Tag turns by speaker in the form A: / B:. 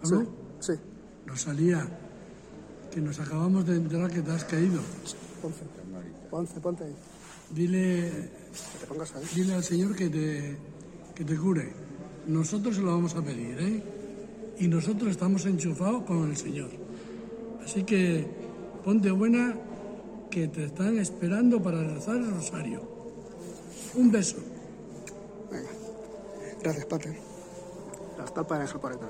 A: Pablo,
B: Sí,
A: Rosalía, que nos acabamos de enterar que te has caído.
B: ponce. Ponce, ponte ahí.
A: Dile,
B: Que te pongas ahí.
A: dile al Señor que te, que te cure. Nosotros se lo vamos a pedir, ¿eh? Y nosotros estamos enchufados con el Señor. Así que ponte buena, que te están esperando para rezar el rosario. Un beso.
B: Venga. Gracias, Pater. Las tapas en el por detrás.